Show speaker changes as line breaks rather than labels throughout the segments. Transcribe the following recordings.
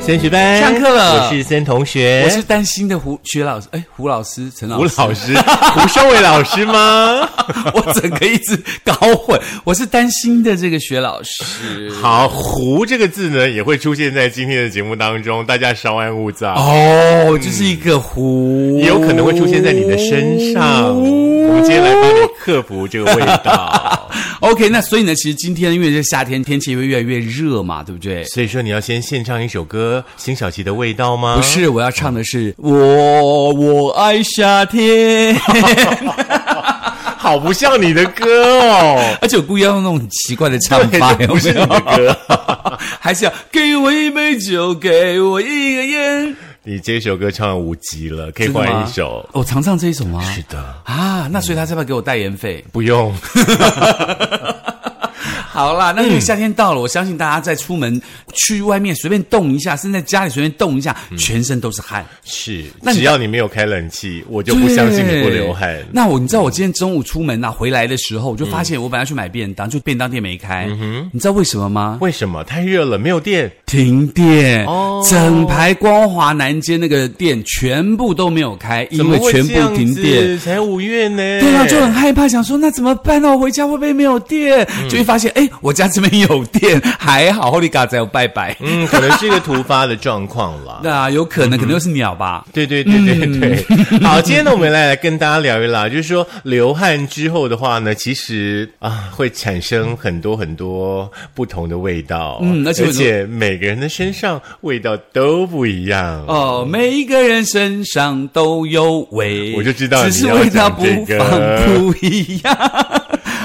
先学班
上课了
我是森同学，
我是担心的胡徐老师，哎，胡老师，陈老
胡
师，啊
老师， 胡寿伟老师 吗？
我整个一直搞混，我是担心的这个薛老师。
好，胡这个字呢，也会出现在今天的节目当中，大家稍安勿躁，
哦，就是一个胡，
也有可能会出现在你的身
哦
上。我们今天来帮你克服这个味道，
OK，那所以呢，其实今天因为这夏天天气会越来越热嘛，对不对？
所以说你要先献唱一首歌《辛晓琪的味道》吗？
不，是，我要唱的是我我爱夏天，
好不像你的歌 哦。
而且我故意要用那种很奇怪的唱法，
对这
有
不是
没
你
有？
的歌，
还是要给我一杯酒，给我一个烟，
你这首歌唱了五集了，可以
真的
换
吗
一首。
我常唱这一首吗？
是的，
啊，那所以他是不是要给我代言费？
不用。
好啦，那因为夏天到了，我相信大家在出门去外面随便动一下，甚至在家里随便动一下，全身都是汗，
是，
那你
只要你没有开冷气，我就不相信你不流汗
对。那我你知道我今天中午出门呐、回来的时候，我就发现我本来去买便当，就便当店没开，你知道为什么吗？
为什么？太热了，没有电。
停电，
哦
整排光华南街那个店全部都没有开，
怎
因
么
为
会
全
这样
部停
子
电。
才五月呢。
对啊，就很害怕，想说那怎么办呢、我回家会不会没有电？就会发现，哎，我家这边有电，还好，Holy God，有拜拜。
嗯，可能是一个突发的状况啦。
那、有可能，可能又是鸟吧。
对对对对对，
嗯
好，今天呢，我们来来跟大家聊一聊，就是说流汗之后的话呢，其实啊会产生很多很多不同的味道，
嗯而且
而且每个人的身上味道都不一样。
哦，每一个人身上都有味，
我就知道
只
你
是
要
味道
讲
不
这个
妨不一样。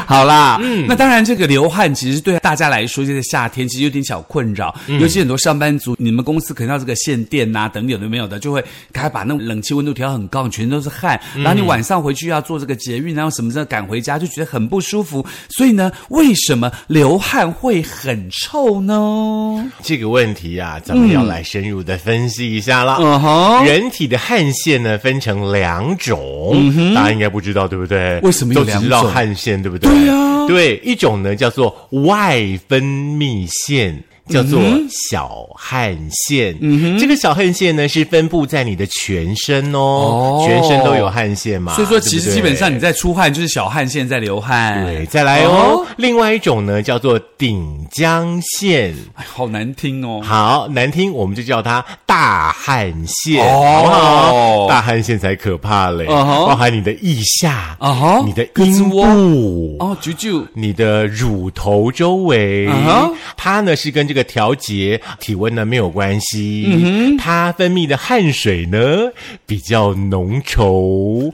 好啦，嗯，那当然，这个流汗其实对大家来说，就是夏天其实有点小困扰，
嗯
尤其很多上班族，你们公司可能要这个限电呐、等等有的没有的，就会开把那种冷气温度调很高，你全身都是汗，
嗯
然后你晚上回去要做这个捷运，然后什么时候赶回家，就觉得很不舒服。所以呢，为什么流汗会很臭呢？
这个问题啊，咱们要来深入的分析一下啦。
嗯哼
人体的汗腺呢分成两种，大家应该不知道对不对？
嗯为什么有
都只知道
两种
汗腺对不对？
对啊
对，一种呢叫做外分泌腺。叫做
嗯
小汗腺，这个小汗腺呢是分布在你的全身哦，
哦
全身都有汗腺嘛。
所以说，其
啊对
实
不对
基本上你在出汗就是小汗腺在流汗。
对，再来哦。另外一种呢叫做顶浆腺，
哎，好难听哦。
好难听，我们就叫它大汗腺，好
哦
不好？大汗腺才可怕嘞，
嗯哼
包含你的腋下，
啊哈
你的
胳肢
阴
窝
部。
哦，啾啾，
你的乳头周围
嗯哼
它呢是跟这个调节体温呢没有关系，它分泌的汗水呢比较浓稠、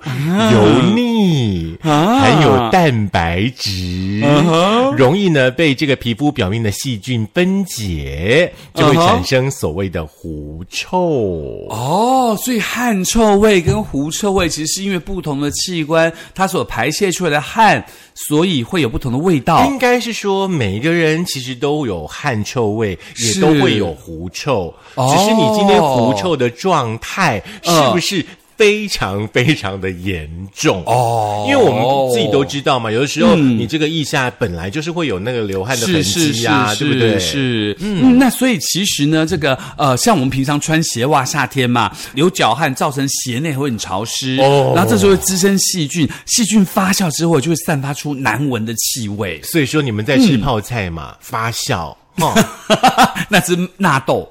油腻，
啊
含有蛋白质，
嗯哼
容易呢被这个皮肤表面的细菌分解，就会
嗯哼
产生所谓的狐臭。
哦，所以汗臭味跟狐臭味其实是因为不同的器官它所排泄出来的汗，所以会有不同的味道。
应该是说，每一个人其实都有汗臭味，也
是
都会有狐臭，
哦
只是你今天狐臭的状态
嗯
是不是非常非常的严重？
哦嗯
因为我们自己都知道嘛，有的时候你这个腋下本来就是会有那个流汗的痕
是是
迹
是
呀、对
是
不对？
是，嗯，那所以其实呢，这个呃，像我们平常穿鞋袜，夏天嘛，流脚汗造成鞋内会很潮湿，
哦
然后这时候会滋生细菌，细菌发酵之后就会散发出难闻的气味，
所以说你们在吃
嗯
泡菜嘛，发酵。哦，
那是纳豆，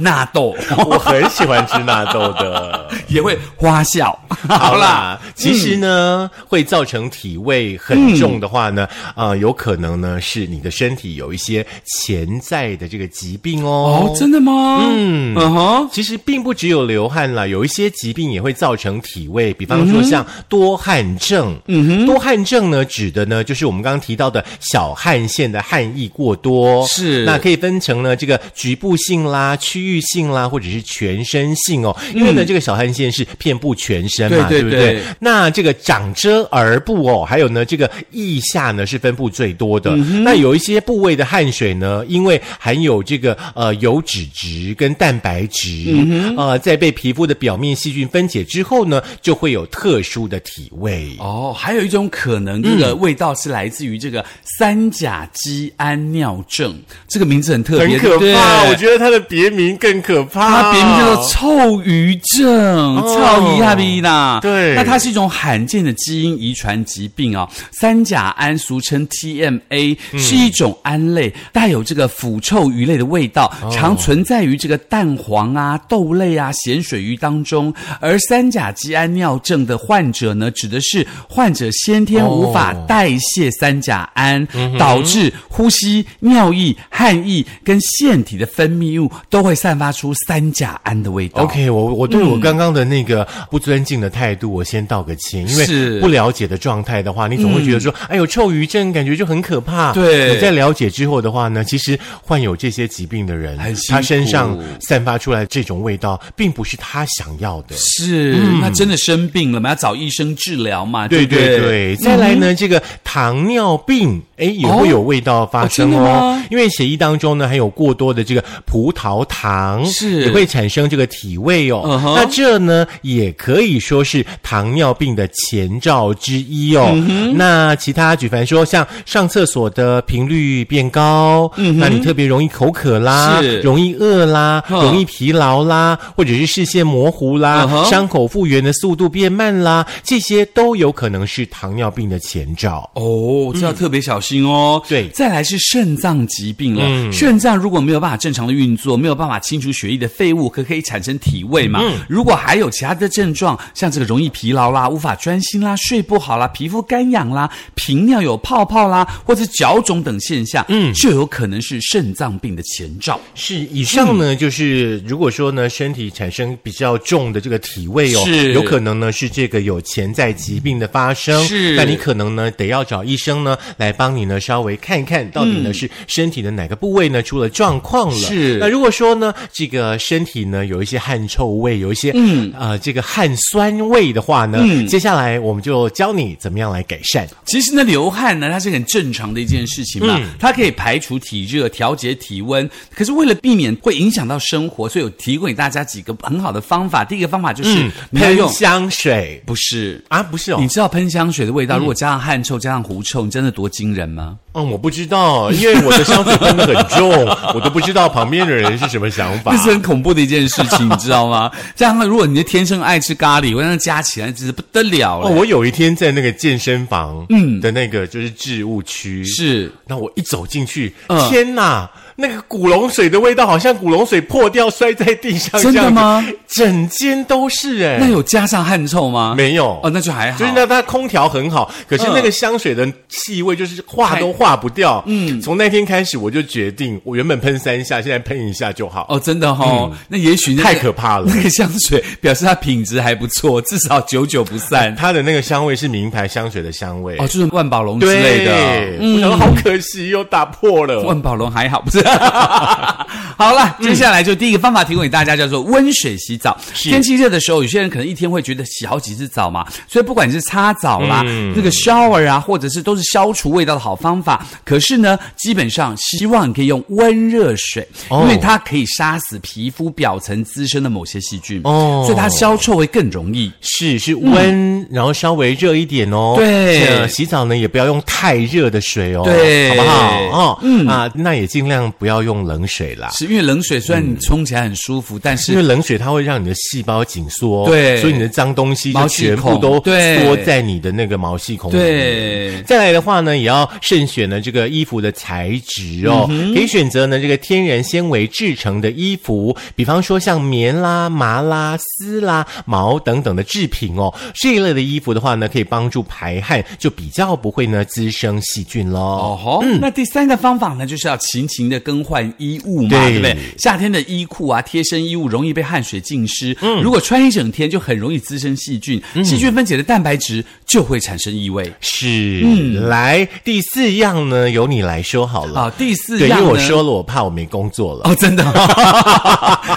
纳 豆
我很喜欢吃纳豆的。
也会花笑。
好
好啦，嗯
啦，其实呢，会造成体味很重的话呢，啊、有可能呢是你的身体有一些潜在的这个疾病哦。
哦，真的吗？嗯，嗯哼。
其实并不只有流汗啦，有一些疾病也会造成体味，比方
嗯
说像多汗症。嗯哼，多汗症呢，指的呢就是我们刚刚提到的小汗腺的汗液过多。
是
那可以分成呢这个局部性啦、区域性啦，或者是全身性哦。因为呢，这个小汗腺是遍布全身嘛，
嗯对对
不
对
对？ 那这个长遮耳部哦，还有呢，这个腋下呢是分布最多的。
嗯
那有一些部位的汗水呢，因为含有这个呃油脂质跟蛋白质，
嗯
呃，在被皮肤的表面细菌分解之后呢，就会有特殊的体味。
哦，还有一种可能，这
嗯
个味道是来自于这个三甲基氨尿症，这个名字很特
很
别，
可
对不
怕，
对
我觉得它的别名更可怕。
啊它别名叫做臭鱼症，臭鱼哈比啦。
哦对
那它是一种罕见的基因遗传疾病啊、三甲胺俗称 TMA，、是
嗯
一种胺类，带有这个腐臭鱼类的味道，
哦
常存在于这个蛋黄啊、豆类啊、咸水鱼当中。而三甲基氨尿症的患者呢，指的是患者先天无法
哦
代谢三甲胺，
嗯
导致呼吸、尿液、汗液跟腺体的分泌物都会散发出三甲胺的味道。
OK，我我对我刚刚的那个不尊敬的态度，我先道个歉，因
是嗯
为不了解的状态的话，你总会觉得说，哎呦，臭鱼症感觉就很可怕。
对
你在了解之后的话呢，其实患有这些疾病的人
很，辛苦
他身上散发出来这种味道，并不是他想要的。
是，嗯那真的生病了嘛？要找医生治疗嘛？
对
对不
对对，再来呢，这个糖尿病，哎，也会有味道发生
哦哦真的
哦
吗。
因为血液当中呢，含有过多的这个葡萄糖，
是
也会产生这个体味哦。
嗯哼
那这呢，也可以说是糖尿病的前兆之一哦。
嗯
那其他举凡说像上厕所的频率变高，那你特别容易口渴啦
嗯是，
容易饿啦，
嗯
容易疲劳啦，或者是视线模糊啦
嗯哼，
啊伤口复原的速度变慢啦，这些都有可能是糖尿病的前兆。
哦，这要特别小心哦。
对
再来是肾脏疾病了。肾脏如果没有办法正常的运作，没有办法清除血液的废物，可可以产生体味嘛。如果还有其他的症状，像这个容易疲劳啦、无法专心啦、睡不好啦、皮肤干痒啦、频尿有泡泡啦，或者脚肿等现象，嗯，就有可能是肾脏病的前兆。
是，以上
嗯
呢、就是如果说呢身体产生比较重的这个体味哦，
是
有可能呢是这个有潜在疾病的发生，
是
那你可能呢得要找医生呢来帮你呢稍微看一看到底呢、是身体的哪个部位呢出了状况了。
嗯是
那如果说呢这个身体呢有一些汗臭味，有一些嗯呃这个汗酸味的话呢，
嗯
接下来我们就教你怎么样来改善。
其实呢，流汗呢，它是很正常的一件事情嘛，
嗯
它可以排除体热、调节体温。可是为了避免会影响到生活，所以有提供给大家几个很好的方法。第一个方法就是、你
嗯
要
喷
用，
香水
不是。
啊，不是哦
你，知道喷香水的味道，如果加上汗臭、加上狐臭，你真的多惊人吗？
嗯，我不知道，因为我的香水喷的很重， 我都不知道旁边的人是什么想法
这。是很恐怖的一件事情，你知道吗？ 这样，如果你的天生爱吃咖喱，我让它加起来真是不得了了。
哦，我有一天在那个健身房，嗯，的那个就是置物区，，
是，
那我一走进去，
嗯
天哪，那个古龙水的味道，好像古龙水破掉摔在地上，
真的吗？
整间都是哎、
那有加上汗臭吗？
没有
哦，那就还 好。
就是那它空调很好，可是
嗯
那个香水的气味就是化都化不掉。嗯，从那天开始我就决定，我原本喷三下，现在喷一下就好。
哦，真的哦，那也许那个
嗯太可怕了
那个香水表示它品质还不错，至少久久不散。
它的那个香味是名牌香水的香味
哦，就是万宝龙之
对
类的。嗯
我想说好可惜又打破了。
万宝龙还好，不是？ 好了，接下来就第一个方法提供给大家，叫做温水洗澡。
是
天气热的时候，有些人可能一天会觉得洗好几次澡嘛，所以不管你是擦澡啦、那个 shower 啊，或者是都是消除味道的好方法。可是呢，基本上希望你可以用温热水，
哦
因为它可以杀死皮肤表层滋生的某些细菌，
哦
所以它消臭会更容易。
是是温，然后稍微热一点哦。
对
呃洗澡呢也不要用太热的水哦，
对
好不好？哦，嗯啊，那也尽量不要用冷水啦。
是因为冷水虽然你冲起来很舒服，但
嗯因为
是
冷水它会让你的细胞紧缩，
对
所以你的脏东西
毛
就
细
全
孔
部都
对
缩在你的那个毛细孔里面。
对
再来的话呢，也要慎选呢这个衣服的材质哦，
嗯
可以选择呢这个天然纤维制成的衣服，比方说像棉啦、麻啦、丝啦、毛等等的制品哦。这一类的衣服的话呢，可以帮助排汗，就比较不会呢滋生细菌喽。
哦吼，
嗯
那第三个方法呢，就是要勤勤的更换衣物嘛，对
对
不对？夏天的衣裤啊，贴身衣物容
嗯
易被汗水浸湿，如果穿一整天就很容易滋生细菌，细菌分解的蛋白质就会产生异味。
是，来第四样呢，由你来说好了。
嗯好，啊第四
对，因
样
为
呢
我说了，我怕我没工作了。
哦，真的、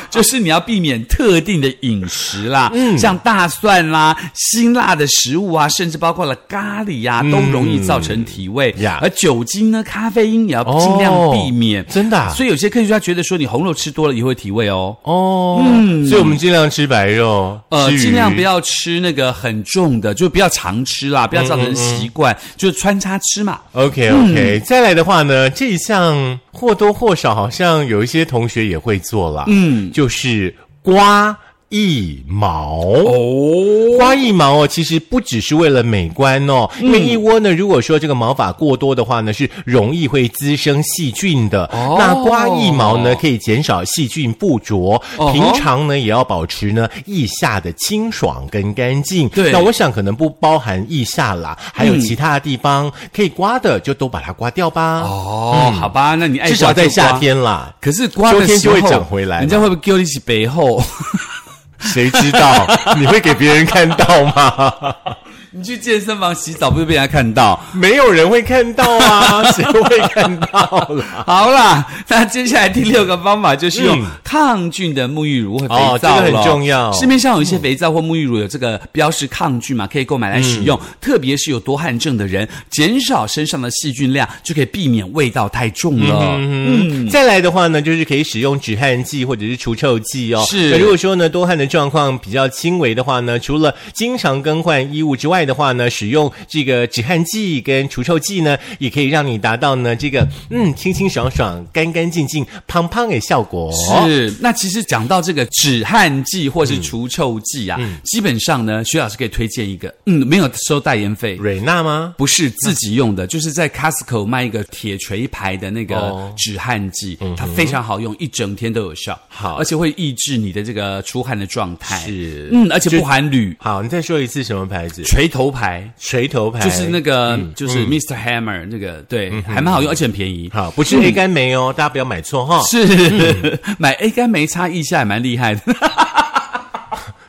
就是你要避免特定的饮食啦，
嗯
像大蒜啦、辛辣的食物啊，甚至包括了咖喱呀、都容易造成体味。
嗯呀
而酒精呢，咖啡因也要尽量避免。
哦 真的啊
所以有些科学家觉得说，你红肉吃多了也会体味哦。
哦，所以我们尽量吃白肉，
嗯呃，
吃鱼
尽量不要吃那个很重的，就不要常吃
嗯
啦，不要造成习惯，就穿插吃嘛。
OK
嗯
OK，、再来的话呢，这一项或多或少好像有一些同学也会做啦，嗯，就是刮腋毛。
哦，
刮腋毛哦，其实不只是为了美观哦，
嗯
因为腋窝呢，如果说这个毛发过多的话呢，是容易会滋生细菌的。
哦
那刮腋毛呢，可以减少细菌附着。
哦吼
平常呢，也要保持呢腋下的清爽跟干净。
对
那我想可能不包含腋下啦，还有其他的地方、可以刮的，就都把它刮掉吧。
哦，好吧，那你爱
至少
刮就
在夏
刮。
天啦，
可是刮
秋
的
天
时
就
候
会长回来
人家会不会给我一起背后？
谁知 道你会给别人看到吗？
你去健身房洗澡，不是被人家看 到？
没有人会看到啊，谁会看到啦？
好啦，那接下来第六个方法就是用
嗯
抗菌的沐浴乳和肥
哦
皂、了。
这个很重要
市面上有一些肥皂或沐浴乳有这个标示抗菌嘛，可以购买来使
嗯
用。特别是有多汗症的人，减少身上的细菌量，就可以避免味道太重了。
嗯，再来的话呢，就是可以使用止汗剂或者是除臭剂哦。
是
那如果说呢多汗的状况比较轻微的话呢，除了经常更换衣物之外的话呢，使用这个止汗剂跟除臭剂呢，也可以让你达到呢这个嗯清清爽爽、干干净净、胖胖的效果。哦
是，那其实讲到这个止汗剂或是除臭剂啊，
嗯
基本上呢，薛老师可以推荐一个，嗯，没有收代言费，
蕊娜吗？
不是自己用的，就是在 Costco 卖一个铁锤牌的那个
哦嗯
止汗剂，它非常好用，一整天都有效。
好
而且会抑制你的这个出汗的状态。
是
嗯，而且不含铝。
好，你再说一次什么牌子？
锤头牌
锤头牌
就是那
哎
个，
嗯
就是 Mr. Hammer 那个，对，还蛮好用，而且很便宜。
好，不嗯是 A 干梅哦，大家不要买错哈、
嗯 是 买 A 干没差，腋下也蛮厉害的。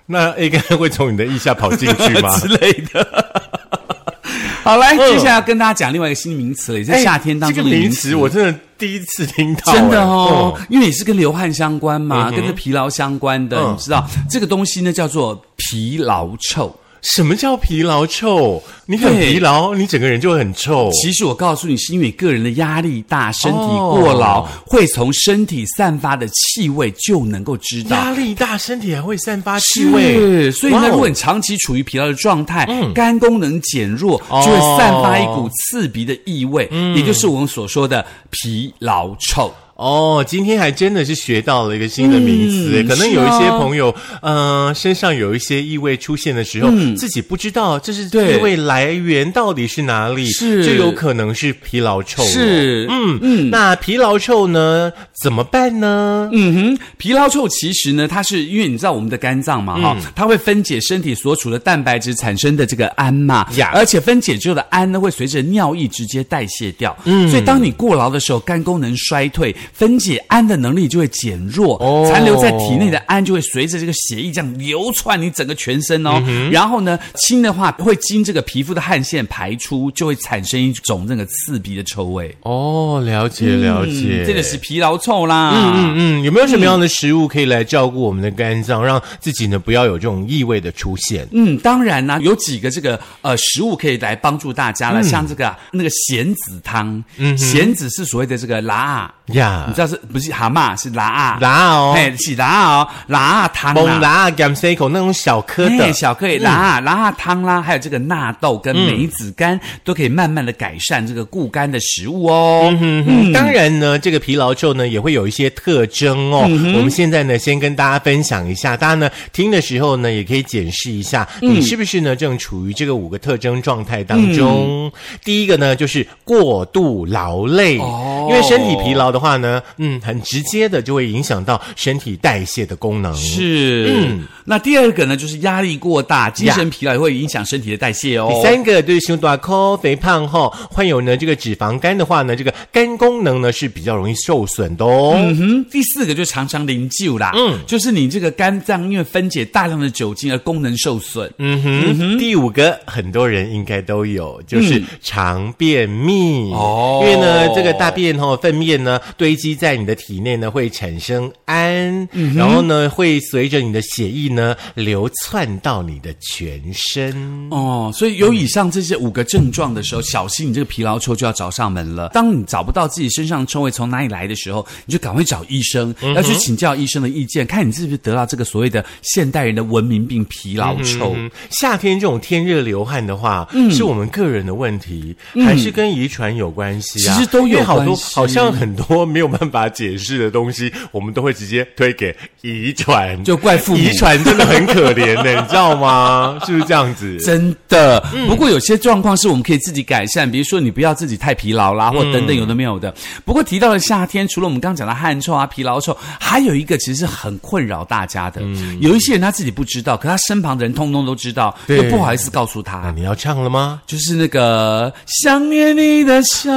那 A 干会从你的腋下跑进去 吗？
之类的。 好，来，接下来要跟大家讲另外一个新名词了，也是
哎
夏天当中
哦这
的
个名
词。
词我真的第一次听到、
真的
哎
哦，
嗯
因为也是跟流汗相关嘛，跟这疲劳相关的，你知道这个东西呢叫做疲劳臭。
什么叫疲劳臭？你很
对
疲劳，你整个人就会很臭。
其实我告诉你，是因为个人的压力大、身体
哦
过劳，会从身体散发的气味就能够知道。
压力大，身体还会散发气
是，
味，
所以
哇
呢，
哦嗯
如果你长期处于疲劳的状态，肝功能减弱，
哦
就会散发一股刺鼻的异味，
嗯
也就是我们所说的疲劳臭。
哦，今天还真的是学到了一个新的名词，
嗯
可能有一
是
些
啊嗯
朋友，嗯、身上有一些异味出现的时候，自己不知道这是
对
异味来源到底是哪里，
是
就有可能是疲劳臭、哦。
是
嗯嗯，那疲劳臭呢，怎么办呢？
嗯哼，疲劳臭其实呢，它是因为你知道我们的肝脏
嗯
嘛，哈、它会分解身体所处的蛋白质产生的这个氨嘛
呀
而且分解之后的氨呢，会随着尿液直接代谢掉。嗯，所以当你过劳的时候，肝功能衰退，分解氨的能力就会减弱，
哦
残留在体内的氨就会随着这个血液这样流窜你整个全身
嗯
哦。然后呢，轻的话会经这个皮肤的汗腺排出，就会产生一种那个刺鼻的臭味。
哦，了解了解，
嗯这个是疲劳臭啦。
嗯嗯，有没有什么样的食物可以来照顾我们的肝脏，让自己呢不要有这种异味的出现？
嗯，当然啦、有几个这个呃食物可以来帮助大
嗯
家了，像这个啊那个咸子汤，嗯，咸子是所谓的这个拉啊，
呀
你知道是不是蛤蟆是拉啊，
辣哦，
哎是拉啊、哦，拉啊汤
蒙
啊。
辣 g a m s e c o 那种小颗
哎，
的，嗯
小可以拉啊拉啊汤啦，还有这个纳豆跟梅子干，都可以慢慢的改善这个固肝的食物哦。
嗯哼，当然呢，这个疲劳臭呢也会有一些特征哦。
嗯
我们现在呢先跟大家分享一下，大家呢听的时候呢也可以检视一下，
嗯
你是不是呢正处于这个五个特征状
嗯
态当中。第一个呢就是过度劳累，
哦
因为身体疲劳。疲劳的话呢，嗯，很直接的就会影响到身体代谢的功能。
是，嗯，那第二个呢，就是压力过大，精神疲劳也会影响身体的代谢哦。
第三个就是胸大扣肥胖后患有呢这个脂肪肝的话呢，这个肝功能呢是比较容易受损的哦。
嗯哼，第四个就常常灵柩啦，嗯，就是你这个肝脏因为分解大量的酒精而功能受损，
嗯哼，嗯第五个很多人应该都有，就是常便秘
哦
因为呢，这个大便哦、粪便呢堆积在你的体内呢，会产生氨，然后呢，会随着你的血液呢流窜到你的全身。
哦，所以有以上这些五个症状的时候，小心你这个疲劳臭就要找上门了。当你找不到自己身上的臭味从哪里来的时候，你就赶快找医生，
嗯
要去请教医生的意见，看你是不是得到这个所谓的现代人的文明病疲劳臭。
嗯，夏天这种天热流汗的话，
嗯
是我们个人的问题，还是跟遗传有关系啊？
其实都
因
有
为好多
关系
好像很多没有办法解释的东西， 我们都会直接推给遗传，
就怪父母
遗传真的很可怜呢、 你知道吗？是不是嗯这样子？
真的，不过有些状况是我们可以自己改善，比如说你不要自己太疲劳
嗯
啦，或等等有的没有的。不过提到了夏天，除了我们刚刚讲的汗臭啊、疲劳臭，还有一个其实是很困扰大家的，有一些人他自己不知道，可他身旁的人通通都知道，
嗯对
又不好意思告诉他。
啊，你要唱了吗？
就是那个想念你的笑，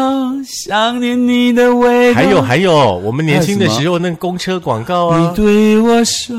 想念你的味道。
还有还有，我们年轻的
哎还有什么
时候那公车广告
你
啊。
对我说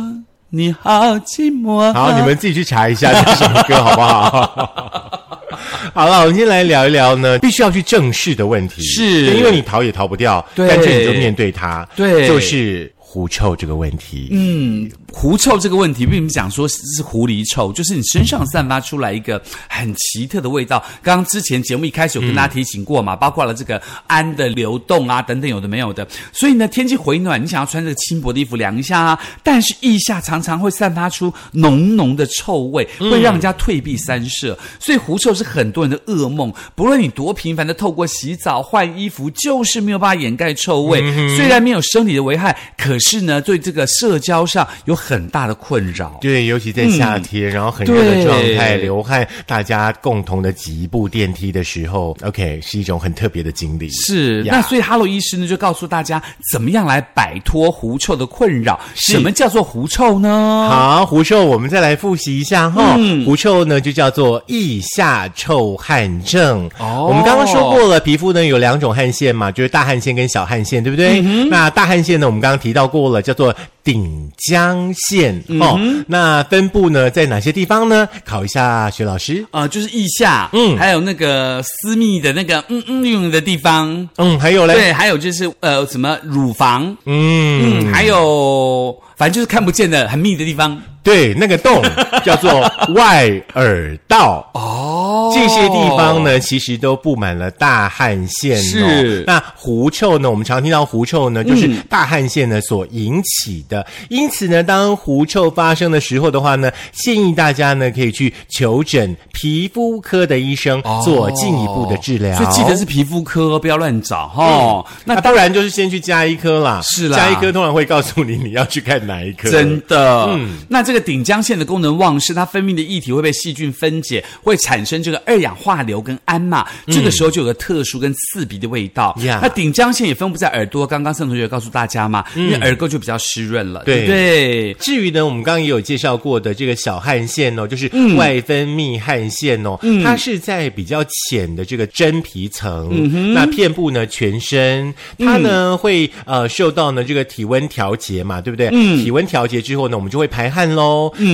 你好寂 寞。啊
好，你们自己去查一下 这首歌好不好？ 好了，我们今天来聊一聊呢，必须要去正视的问题，
是
对因为你逃也逃不掉，
对
但是你就面对它，
对
就是狐臭这个问题。嗯，
狐臭这个问题，并不是讲说是是狐狸臭，就是你身上散发出来一个很奇特的味道。刚刚之前节目一开始有跟大家提醒过嘛，包括了这个氨的流动啊等等，有的没有的。所以呢，天气回暖，你想要穿这个轻薄的衣服凉一下啊，但是腋下常常会散发出浓浓的臭味，
嗯
会让人家退避三舍。所以狐臭是很多人的噩梦，不论你多频繁的透过洗澡、换衣服，就是没有办法掩盖臭味。
嗯
虽然没有生理的危害，可是呢，对这个社交上有很大的困扰。
对，尤其在夏天，然后很热的
嗯对
状态，流汗，大家共同的挤一部电梯的时候，OK，是一种很特别的经历。
是，
呀
那所以哈喽医师呢就告诉大家怎么样来摆脱狐臭的困扰。
是
什么叫做狐臭呢？
好，狐臭，我们再来复习一下哈。
嗯
狐臭呢，就叫做腋下臭汗症。
哦
我们刚刚说过了，皮肤呢有两种汗腺嘛，就是大汗腺跟小汗腺，对不
嗯
对？那大汗腺呢，我们刚刚提到过了，叫做顶浆腺哦。
嗯
那分布呢在哪些地方呢？考一下徐老师。
啊、就是腋下，
嗯
还有那个私密的那个嗯嗯用的地方，
嗯，还有嘞，
对，还有就是呃什么乳房，
嗯，
嗯，还有反正就是看不见的很密的地方。
对，那个洞叫做外耳 道。
哦
这些地方，呢，其实都布满了大汗腺、哦。
是嗯
那狐臭呢？我们常听到狐臭呢，就是大汗腺呢所引起的。因此呢，当狐臭发生的时候的话呢，建议大家呢可以去求诊皮肤科的医生做进一步的治疗。
哦所以记得是皮肤科，不要乱找
嗯
哦。那
那当然就是先去加医科啦，
是啦
加医科通常会告诉你你要去看哪一科。
真的，
嗯
那这个顶浆腺的功能旺盛，它分泌的液体会被细菌分解，会产生这个二氧化硫跟氨嘛。这个时候就有个特殊跟刺鼻的味道。
嗯呀
那顶浆腺也分布在耳朵，刚刚盛同学有告诉大家嘛，因为耳垢就比较湿润了，
嗯对
对不对？
至于呢，我们刚刚也有介绍过的这个小汗腺哦，就是外分泌汗腺哦，它是在比较浅的这个真皮层，那遍布呢全身，它呢、会呃受到呢这个体温调节嘛，对不对？体温调节之后呢，我们就会排汗喽。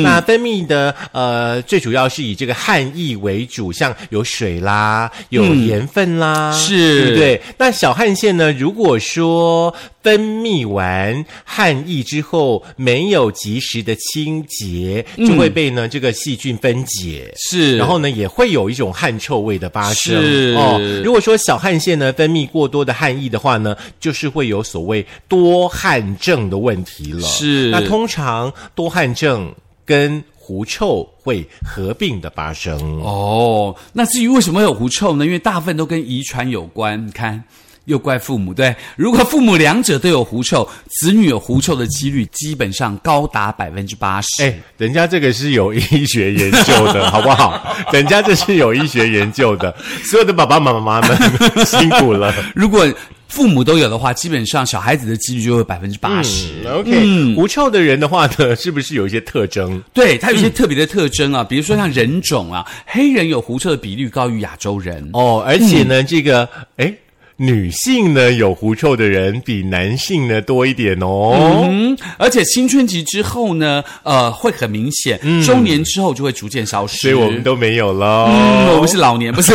那分泌的呃最主要是以这个汗液为主，像有水啦，有盐分啦，
是
对不对？那小汗腺呢，如果说分泌完汗液之后没有及时的清洁，就会被呢这个细菌分解。
嗯是，
然后呢，也会有一种汗臭味的发生
是
哦。如果说小汗腺呢分泌过多的汗液的话呢，就是会有所谓多汗症的问题了。
是
那通常多汗症跟狐臭会合并的发生。
哦，那至于为什么会有狐臭呢？因为大部分都跟遗传有关。你看，又怪父母对。如果父母两者都有狐臭，子女有狐臭的几率基本上高达百分之八十。
哎，人家这个是有医学研究的，好不好？ 人 家这是有医学研究的，所有的爸爸妈妈们 辛苦了。
如果父母都有的话，基本上小孩子的几率就会百分之八十。
啊嗯 OK，狐臭的人的话呢，是不是有一些特征？
对，它有一些特别的特征啊，比如说像人种啊，黑人有狐臭的比率高于亚洲人。
哦，而且呢，这个哎。女性呢有狐臭的人比男性呢多一点哦。
嗯，而且青春期之后呢，呃，会很明显，中年之后就会逐渐消失。
所以我们都没有了。
嗯，我们是老年，不是？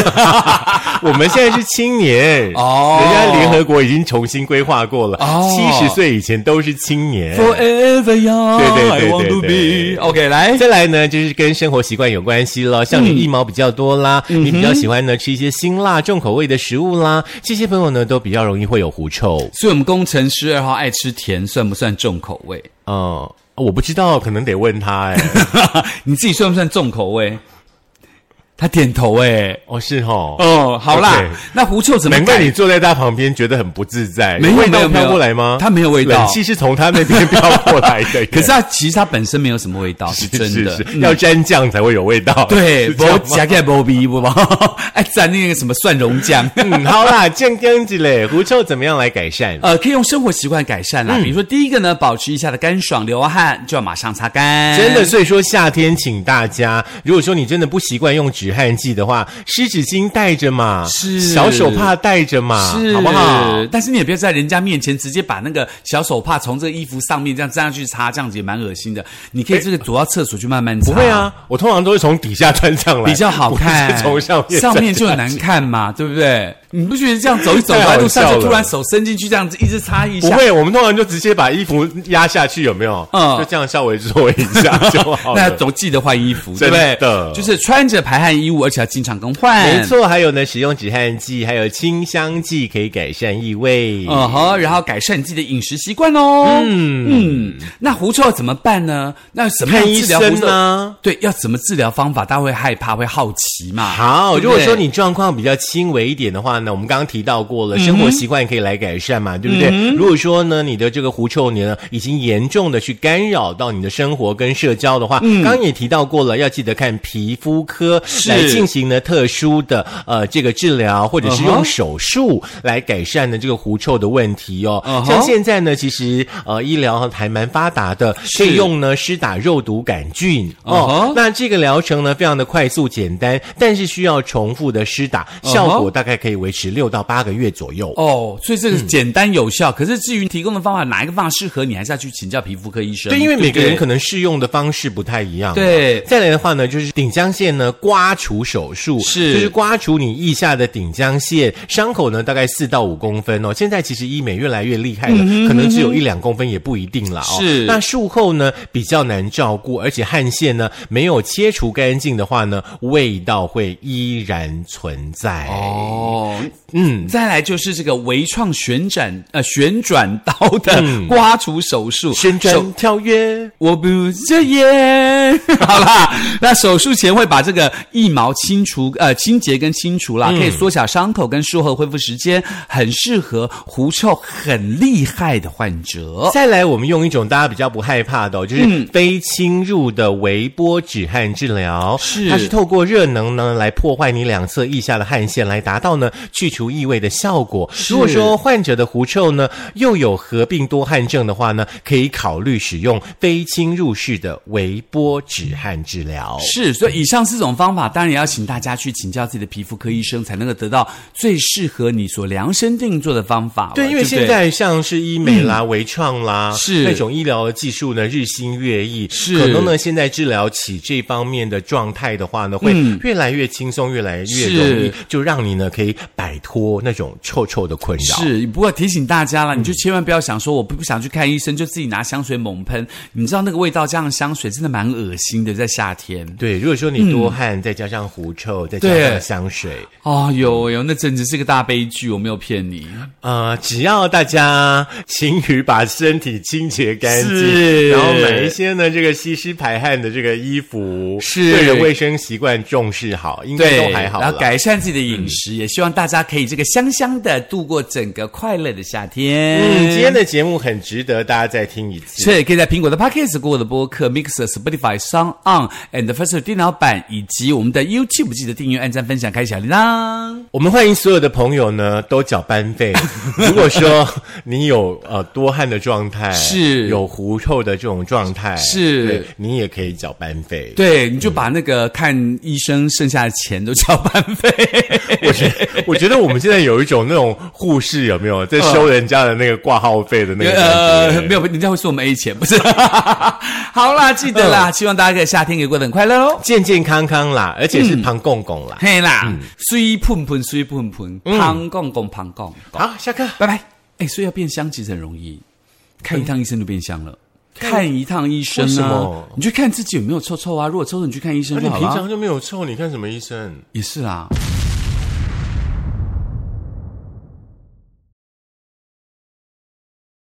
我们现在是青年
哦
人家联合国已经重新规划过了，
哦
七十、岁以前都是青年。
Forever young,
对对对
I want to
对对
be. OK，来，
再来呢，就是跟生活习惯有关系
嗯
了，像你一毛比较多啦，你比较喜欢呢吃一些辛辣重口味的食物啦，这些朋友呢都比较容易会有狐臭。
所以我们工程师二号爱吃甜，算不算重口味？
嗯，我不知道，可能得问他哎、
你自己算不算重口味？他点头哎、
哦，是哦。
哦，好啦
OK
那狐臭怎么
难怪
改
你坐在他旁边觉得很不自在，
没有
味
没
道
有没有
飘过来吗？
它没有味道
冷气是从他那边 飘过来 的。
可是它其实它本身没有什么味道，
是
是真的。嗯
是是要沾酱才会有味道，
对，
是这
不
样吗
加盖不逼不吧？ 哎，蘸那个什么蒜蓉酱。
嗯，好啦，健康之类，狐臭怎么样来改善？
呃，可以用生活习惯改善啦，
嗯
比如说第一个呢，保持一下的干爽，流汗就要马上擦干，
真的，所以说夏天请大家，如果说你真的不习惯用止汗剂的话，湿纸巾带着嘛，
是
小手帕带着嘛，
是
好不好？？
但是你也不要在人家面前直接把那个小手帕从这个衣服上面这样沾上去擦，这样子也蛮恶心的。你可以这个走到厕所去慢慢
不
擦，
会，啊，我通常都是从底下穿上来，
比较好
不
看。
是从上面
上
穿
面就
下
很难看嘛，对不对？你不觉得这样走一走，
太好
在路上
笑
就
了
突然手伸进去这样子一直擦一
不
下？
会，我们通常就直接把衣服压下去，有没有？
嗯
就这样稍微做一 下就好
那
了。
总记得换衣服，
真
对不对？
的
就是穿着排汗衣物，而且要经常更换。
没错，还有呢，使用止汗剂，还有清香剂可以改善异味。
嗯哼，然后改善你自己的饮食习惯哦。嗯嗯，那狐臭怎么办呢？那什么样
看医
治疗狐
生啊
臭？
呢？
对，要怎么治疗方法？大家会害怕，会好奇嘛？
好，
对
如
不
果
对
说你状况比较轻微一点的话呢，我们刚刚提到
嗯
过了，生活习惯可以来改善嘛，对不对？如果说呢，你的这个狐臭呢已经严重的去干扰到你的生活跟社交的话，
嗯
刚刚也提到过了，要记得看皮肤科来进行呢特殊的呃这个治疗，或者是
嗯哼
用手术来改善呢这个狐臭的问题哦。
嗯哼
像现在呢，其实呃医疗还蛮发达的，可以用呢施打肉毒杆菌
嗯
哦。
哼
那这个疗程呢，非常的快速简单，但是需要重复的施打，
嗯哼
效果大概可以维持六到八个月左右。
哦，所以这个
嗯
简单有效。可是至于提供的方法，哪一个方法适合你，还是要去请教皮肤科医生。
对，因为每个人可
能
能适用的方式不太一样。。
嗯对。
再来的话呢，就是顶浆腺呢刮除手术，
是
就是刮除你腋下的顶浆腺，伤口呢大概四到五公分哦。现在其实医美越来越厉害
嗯
了，可能只有一两公分也不一定啦哦。
是
那术后呢比较难照顾，而且汗腺呢没有切除干净的话呢，味道会依然存在。
哦，
嗯，
再来就是这个微创旋转呃旋转刀的刮除手术，
嗯旋
手
转跳跃。
我不这耶， 好啦，那手术前会把这个腋毛清除，呃，清洁跟清除
嗯
啦，可以缩小伤口跟术后恢复时间，很适合狐臭很厉害的患者。
再来，我们用一种大家比较不害怕的、哦，
嗯
就是非侵入的微波止汗治疗，
是
它是透过热能呢来破坏你两侧腋下的汗腺，来达到呢去除异味的效果。如果说患者的狐臭呢又有合并多汗症的话呢，可以考虑使用非侵入式的微波止汗治疗。
是，所以以上四种方法，当然也要请大家去请教自己的皮肤科医生，才能够得到最适合你所量身定做的方法了。
对，因为
不
现在像是医美啦、微创啦，
嗯是
那种医疗的技术呢，日新月异，
是
可能呢，现在治疗起这方面的状态的话呢，会越来越轻松，越来越容易
嗯是，
就让你呢可以摆脱那种臭臭的困扰。
是，不过提醒大家
嗯
了，你就千万不要想说我不不想去看医生，就自己拿香水猛喷。你知道那个味道，这样的香水真的蛮恶心的，在夏天。
对，如果说你多汗，再加上狐臭，再加
对
上香水，
哦，有有，那简直是个大悲剧，我没有骗你。
呃，只要大家勤于把身体清洁干净，
是
然后买一些呢这个吸湿排汗的这个衣服，
是
个人卫生习惯重视好，应该都还好
然
啦。
后改善自己的饮食，也希望大家可以这个香香的度过整个快乐的夏天。
嗯，今天的节目很值得大家再听一次。
所以可以在苹果的 Podcast、Google 的播客、Mixer、Spotify、s o n g On and First 电脑版，以及我们的 YouTube 记得订阅、按赞、分享、开小铃铛。
我们欢迎所有的朋友呢都缴班 费。如果说你有呃多汗的状态，
是
有狐臭的这种状态，
是
对你也可以缴班费。
对，你就把那个看医生剩下的钱都交班费。
我觉得我觉得我们现在有一种那种护士有没有在收人家的那个挂号费的那个感
呃，
觉？
没有，人家会说我们 A 钱，不是？ 好啦，记得
嗯
啦，希望大家在夏天也过得很快乐哦。
健健康康啦，而且是
嗯
胖公公啦。
嘿啦，水喷喷，水喷喷，
嗯
胖公公，胖公公，
好，下课。
拜拜。哎、所以要变香其实很容易，看一趟医生就变香了。看一趟医生
为什
啊
么，
你去看自己有没有臭臭啊。如果臭臭，你去看医生
那你
就好
平
了啊。
常就没有臭，你看什么医生？
也是啊，